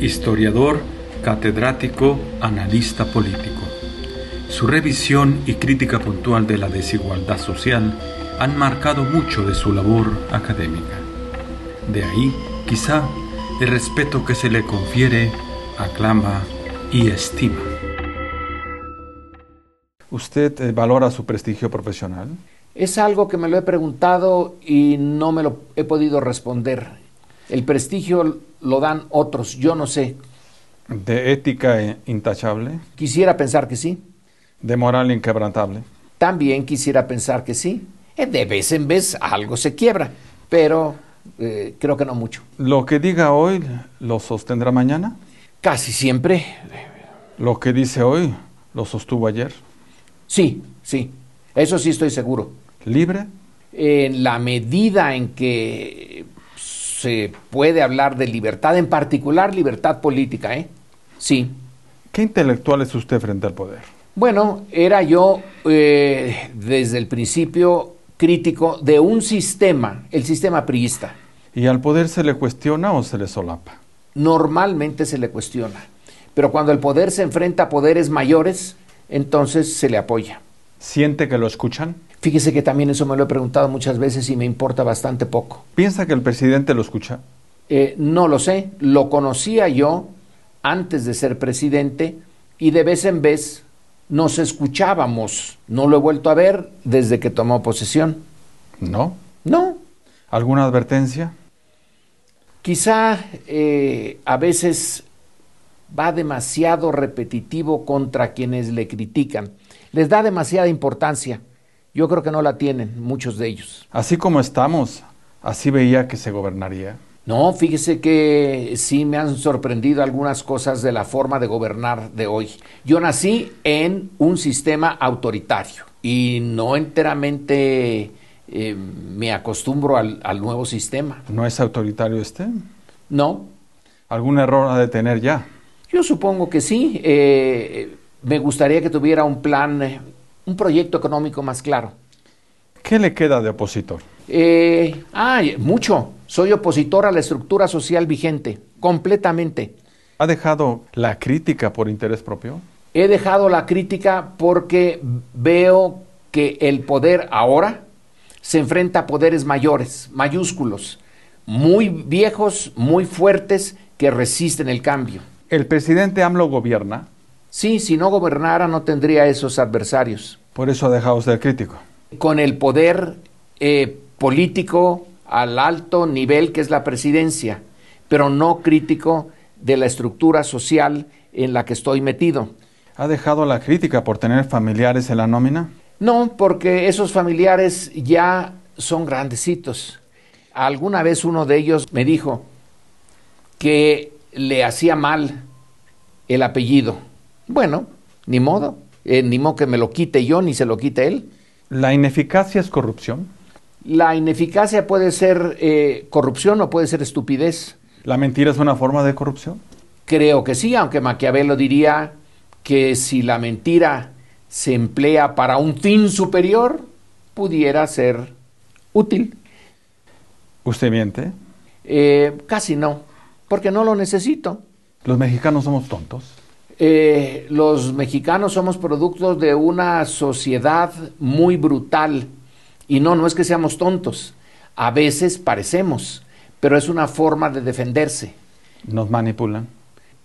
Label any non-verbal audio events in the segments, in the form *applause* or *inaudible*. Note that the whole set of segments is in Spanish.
historiador, catedrático, analista político. Su revisión y crítica puntual de la desigualdad social han marcado mucho de su labor académica. De ahí, quizá, el respeto que se le confiere, aclama y estima. ¿Usted eh, valora su prestigio profesional? Es algo que me lo he preguntado y no me lo he podido responder. El prestigio lo dan otros, yo no sé. ¿De ética e- intachable? Quisiera pensar que sí. ¿De moral inquebrantable? También quisiera pensar que sí. Eh, De vez en vez algo se quiebra, pero eh, creo que no mucho. ¿Lo que diga hoy lo sostendrá mañana? Casi siempre. ¿Lo que dice hoy lo sostuvo ayer? Sí, sí. Eso sí estoy seguro. ¿Libre? En la medida en que se puede hablar de libertad, en particular libertad política, ¿eh? Sí. ¿Qué intelectual es usted frente al poder? Bueno, era yo eh, desde el principio crítico de un sistema, el sistema priista. ¿Y al poder se le cuestiona o se le solapa? Normalmente se le cuestiona, pero cuando el poder se enfrenta a poderes mayores, entonces se le apoya. ¿Siente que lo escuchan? Fíjese que también eso me lo he preguntado muchas veces y me importa bastante poco. ¿Piensa que el presidente lo escucha? Eh, no lo sé, lo conocía yo antes de ser presidente y de vez en vez nos escuchábamos. No lo he vuelto a ver desde que tomó posesión. ¿No? No, ¿Alguna advertencia? Quizá eh, a veces va demasiado repetitivo contra quienes le critican. Les da demasiada importancia. Yo creo que no la tienen muchos de ellos. Así como estamos, así veía que se gobernaría. No, fíjese que sí me han sorprendido algunas cosas de la forma de gobernar de hoy. Yo nací en un sistema autoritario y no enteramente eh, me acostumbro al, al nuevo sistema. ¿No es autoritario este? No, ¿Algún error ha de tener ya? Yo supongo que sí. Eh, me gustaría que tuviera un plan, eh, un proyecto económico más claro. ¿Qué le queda de opositor? Eh, ay, mucho. Soy opositor a la estructura social vigente, completamente. ¿Ha dejado la crítica por interés propio? He dejado la crítica porque veo que el poder ahora se enfrenta a poderes mayores, mayúsculos, muy viejos, muy fuertes, que resisten el cambio. El presidente AMLO gobierna, Sí, si no gobernara no tendría esos adversarios. por eso ha dejado usted crítico. con el poder eh, político al alto nivel que es la presidencia, pero no crítico de la estructura social en la que estoy metido. ¿Ha dejado la crítica por tener familiares en la nómina? No, porque esos familiares ya son grandecitos. Alguna vez uno de ellos me dijo que le hacía mal el apellido. Bueno, ni modo, eh, ni modo que me lo quite yo ni se lo quite él. ¿La ineficacia es corrupción? La ineficacia puede ser eh, corrupción o puede ser estupidez. ¿La mentira es una forma de corrupción? Creo que sí, aunque Maquiavelo diría que si la mentira se emplea para un fin superior, pudiera ser útil. ¿Usted miente? Eh, casi no, porque no lo necesito. ¿Los mexicanos somos tontos? Eh, los mexicanos somos productos de una sociedad muy brutal. Y no, no es que seamos tontos. A veces parecemos, pero es una forma de defenderse. ¿Nos manipulan?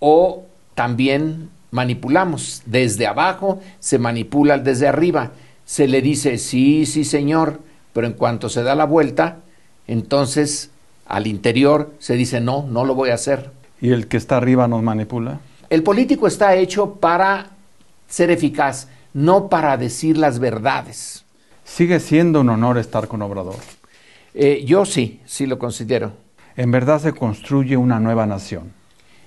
o también manipulamos. Desde abajo se manipula al desde arriba. Se le dice, sí, sí, señor, pero en cuanto se da la vuelta, entonces al interior se dice, no, no lo voy a hacer. ¿Y el que está arriba nos manipula? El político está hecho para ser eficaz, no para decir las verdades. Sigue siendo un honor estar con Obrador. Eh, yo sí, sí lo considero. En verdad se construye una nueva nación.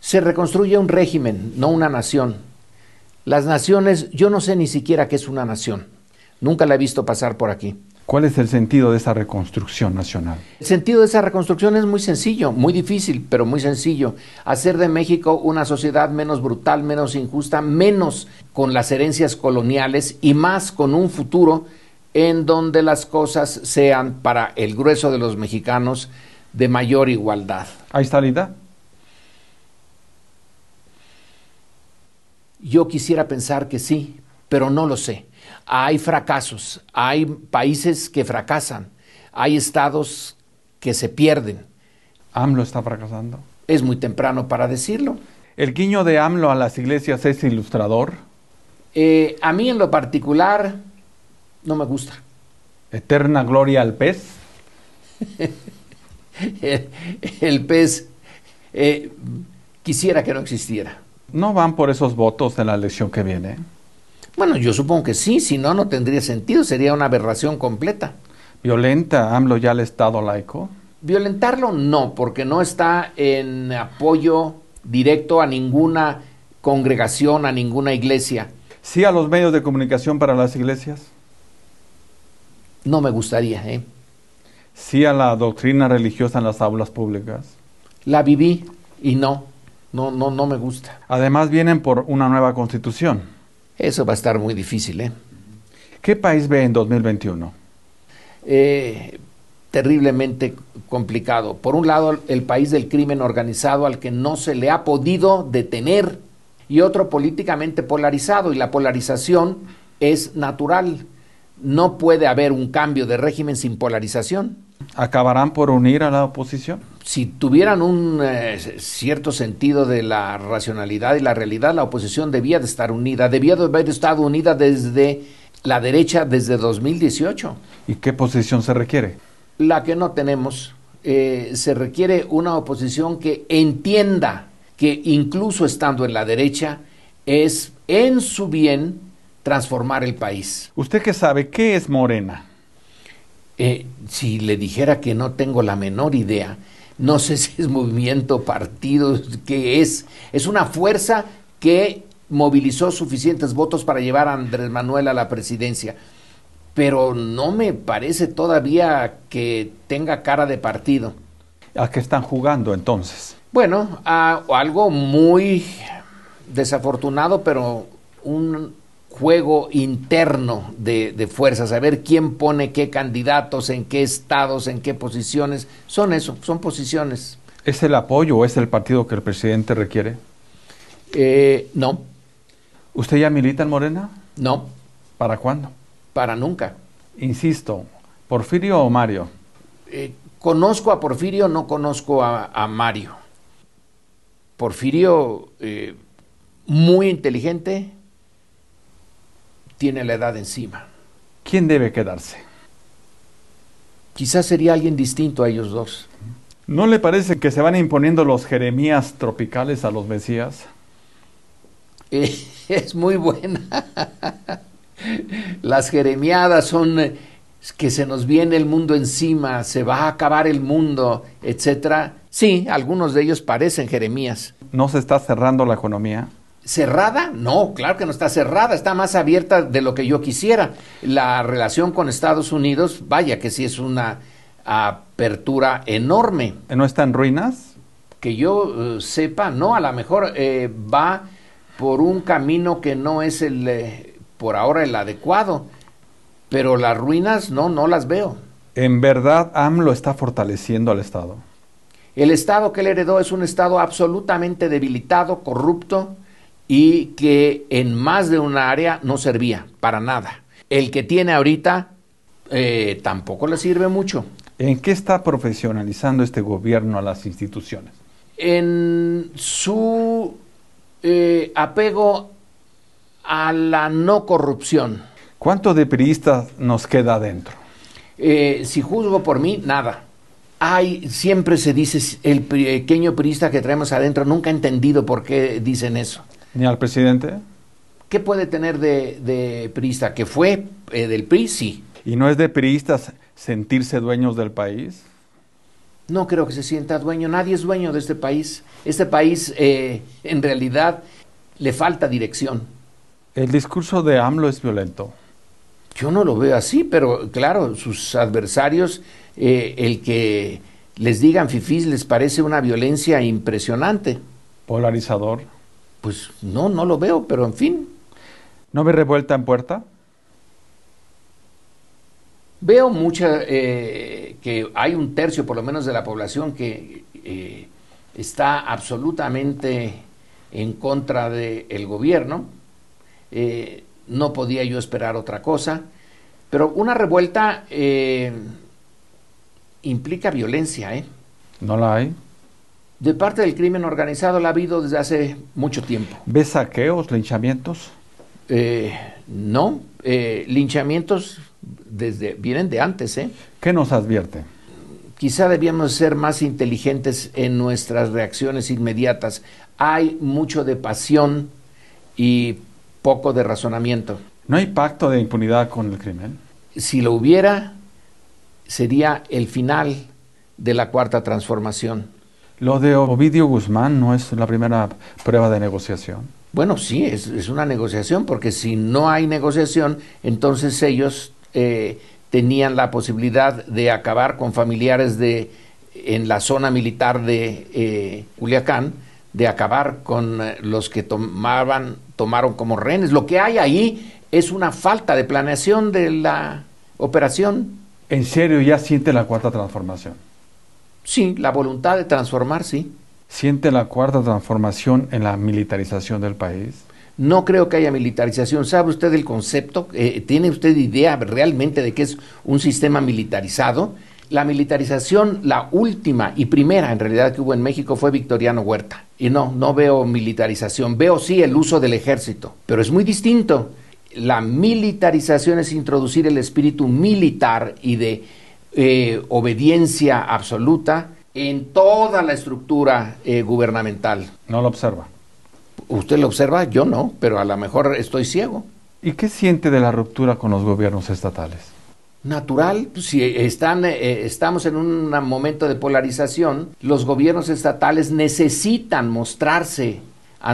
Se reconstruye un régimen, no una nación. Las naciones, yo no sé ni siquiera qué es una nación. Nunca la he visto pasar por aquí. ¿Cuál es el sentido de esa reconstrucción nacional? El sentido de esa reconstrucción es muy sencillo, muy difícil, pero muy sencillo. Hacer de México una sociedad menos brutal, menos injusta, menos con las herencias coloniales y más con un futuro en donde las cosas sean para el grueso de los mexicanos de mayor igualdad. ¿Hay salida? Yo quisiera pensar que sí, pero no lo sé. Hay fracasos, hay países que fracasan, hay estados que se pierden. AMLO está fracasando. Es muy temprano para decirlo. ¿El guiño de AMLO a las iglesias es ilustrador? Eh, a mí en lo particular no me gusta. *laughs* ¿Eterna gloria al pez? el, el pez eh, quisiera que no existiera. ¿No van por esos votos en la elección que viene? Bueno, yo supongo que sí, si no, no tendría sentido, sería una aberración completa. ¿Violenta AMLO ya el Estado laico? Violentarlo no, porque no está en apoyo directo a ninguna congregación, a ninguna iglesia. ¿Sí a los medios de comunicación para las iglesias? No me gustaría, ¿eh? ¿Sí a la doctrina religiosa en las aulas públicas? La viví y no, no, no, no me gusta. Además vienen por una nueva constitución. Eso va a estar muy difícil, ¿eh? ¿Qué país ve en 2021? Eh, terriblemente complicado. Por un lado, el país del crimen organizado al que no se le ha podido detener y otro políticamente polarizado y la polarización es natural. No puede haber un cambio de régimen sin polarización. ¿Acabarán por unir a la oposición? Si tuvieran un eh, cierto sentido de la racionalidad y la realidad, la oposición debía de estar unida, debía de haber estado unida desde la derecha desde 2018. ¿Y qué posición se requiere? la que no tenemos. Eh, se requiere una oposición que entienda que incluso estando en la derecha es en su bien transformar el país. ¿Usted qué sabe? ¿Qué es Morena? Eh, si le dijera que no tengo la menor idea, no sé *laughs* si es movimiento, partido, qué es. Es una fuerza que movilizó suficientes votos para llevar a Andrés Manuel a la presidencia pero no me parece todavía que tenga cara de partido. ¿A qué están jugando entonces? Bueno, a algo muy desafortunado, pero un juego interno de, de fuerzas, a ver quién pone qué candidatos, en qué estados, en qué posiciones. Son eso, son posiciones. ¿Es el apoyo o es el partido que el presidente requiere? Eh, no. ¿Usted ya milita en Morena? No. ¿Para cuándo? para nunca. Insisto, Porfirio o Mario. Eh, conozco a Porfirio, no conozco a, a Mario. Porfirio, eh, muy inteligente, tiene la edad encima. ¿Quién debe quedarse? Quizás sería alguien distinto a ellos dos. *laughs* ¿No le parece que se van imponiendo los Jeremías tropicales a los Mesías? Eh, es muy buena. las jeremiadas son eh, que se nos viene el mundo encima, se va a acabar el mundo, etcétera. Sí, algunos de ellos parecen Jeremías. ¿No se está cerrando la economía? ¿Cerrada? No, claro que no está cerrada, está más abierta de lo que yo quisiera. La relación con Estados Unidos, vaya que sí es una apertura enorme. ¿No está en ruinas? Que yo eh, sepa, no, a lo mejor eh, va por un camino que no es el... Eh, por ahora el adecuado, pero las ruinas no, no las veo. En verdad, AMLO está fortaleciendo al Estado. El Estado que él heredó es un Estado absolutamente debilitado, corrupto y que en más de una área no servía para nada. El que tiene ahorita eh, tampoco le sirve mucho. ¿En qué está profesionalizando este gobierno a las instituciones? En su eh, apego a la no corrupción. ¿Cuánto de periodistas nos queda adentro? Eh, si juzgo por mí, nada. Hay, siempre se dice, el pequeño periodista que traemos adentro, nunca he entendido por qué dicen eso. ¿Ni al presidente? ¿Qué puede tener de, de periodista? ¿Que fue eh, del PRI? Sí. ¿Y no es de periodistas sentirse dueños del país? No creo que se sienta dueño. Nadie es dueño de este país. Este país, eh, en realidad, le falta dirección. El discurso de AMLO es violento. Yo no lo veo así, pero claro, sus adversarios, eh, el que les digan fifís les parece una violencia impresionante. ¿Polarizador? Pues no, no lo veo, pero en fin. ¿No ve revuelta en puerta? Veo mucha, eh, que hay un tercio por lo menos de la población que eh, está absolutamente en contra del gobierno. Eh, no podía yo esperar otra cosa. Pero una revuelta eh, implica violencia, ¿eh? ¿No la hay? De parte del crimen organizado la ha habido desde hace mucho tiempo. ¿Ves saqueos, linchamientos? Eh, no, eh, linchamientos desde, vienen de antes, ¿eh? ¿Qué nos advierte? Quizá debíamos ser más inteligentes en nuestras reacciones inmediatas. Hay mucho de pasión y poco de razonamiento. ¿No hay pacto de impunidad con el crimen? Si lo hubiera, sería el final de la cuarta transformación. Lo de Ovidio Guzmán no es la primera prueba de negociación. Bueno, sí, es, es una negociación, porque si no hay negociación, entonces ellos eh, tenían la posibilidad de acabar con familiares de en la zona militar de eh, Culiacán, de acabar con eh, los que tomaban, tomaron como rehenes. Lo que hay ahí es una falta de planeación de la operación. ¿En serio ya siente la cuarta transformación? Sí, la voluntad de transformar, sí. ¿Siente la cuarta transformación en la militarización del país? No creo que haya militarización. ¿Sabe usted el concepto? Eh, ¿Tiene usted idea realmente de qué es un sistema militarizado? La militarización, la última y primera en realidad que hubo en México fue Victoriano Huerta. Y no, no veo militarización. Veo sí el uso del ejército, pero es muy distinto. La militarización es introducir el espíritu militar y de eh, obediencia absoluta en toda la estructura eh, gubernamental. No lo observa. ¿Usted lo observa? Yo no, pero a lo mejor estoy ciego. ¿Y qué siente de la ruptura con los gobiernos estatales? Natural, pues, si están, eh, estamos en un momento de polarización, los gobiernos estatales necesitan mostrarse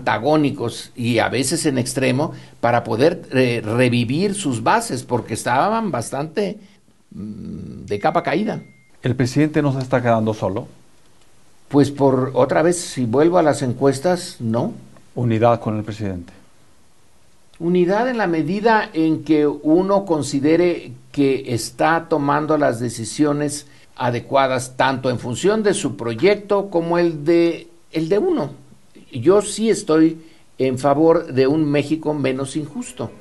antagónicos y a veces en extremo para poder eh, revivir sus bases, porque estaban bastante mm, de capa caída. ¿El presidente no se está quedando solo? Pues por otra vez, si vuelvo a las encuestas, no. Unidad con el presidente. Unidad en la medida en que uno considere que está tomando las decisiones adecuadas tanto en función de su proyecto como el de el de uno. Yo sí estoy en favor de un México menos injusto.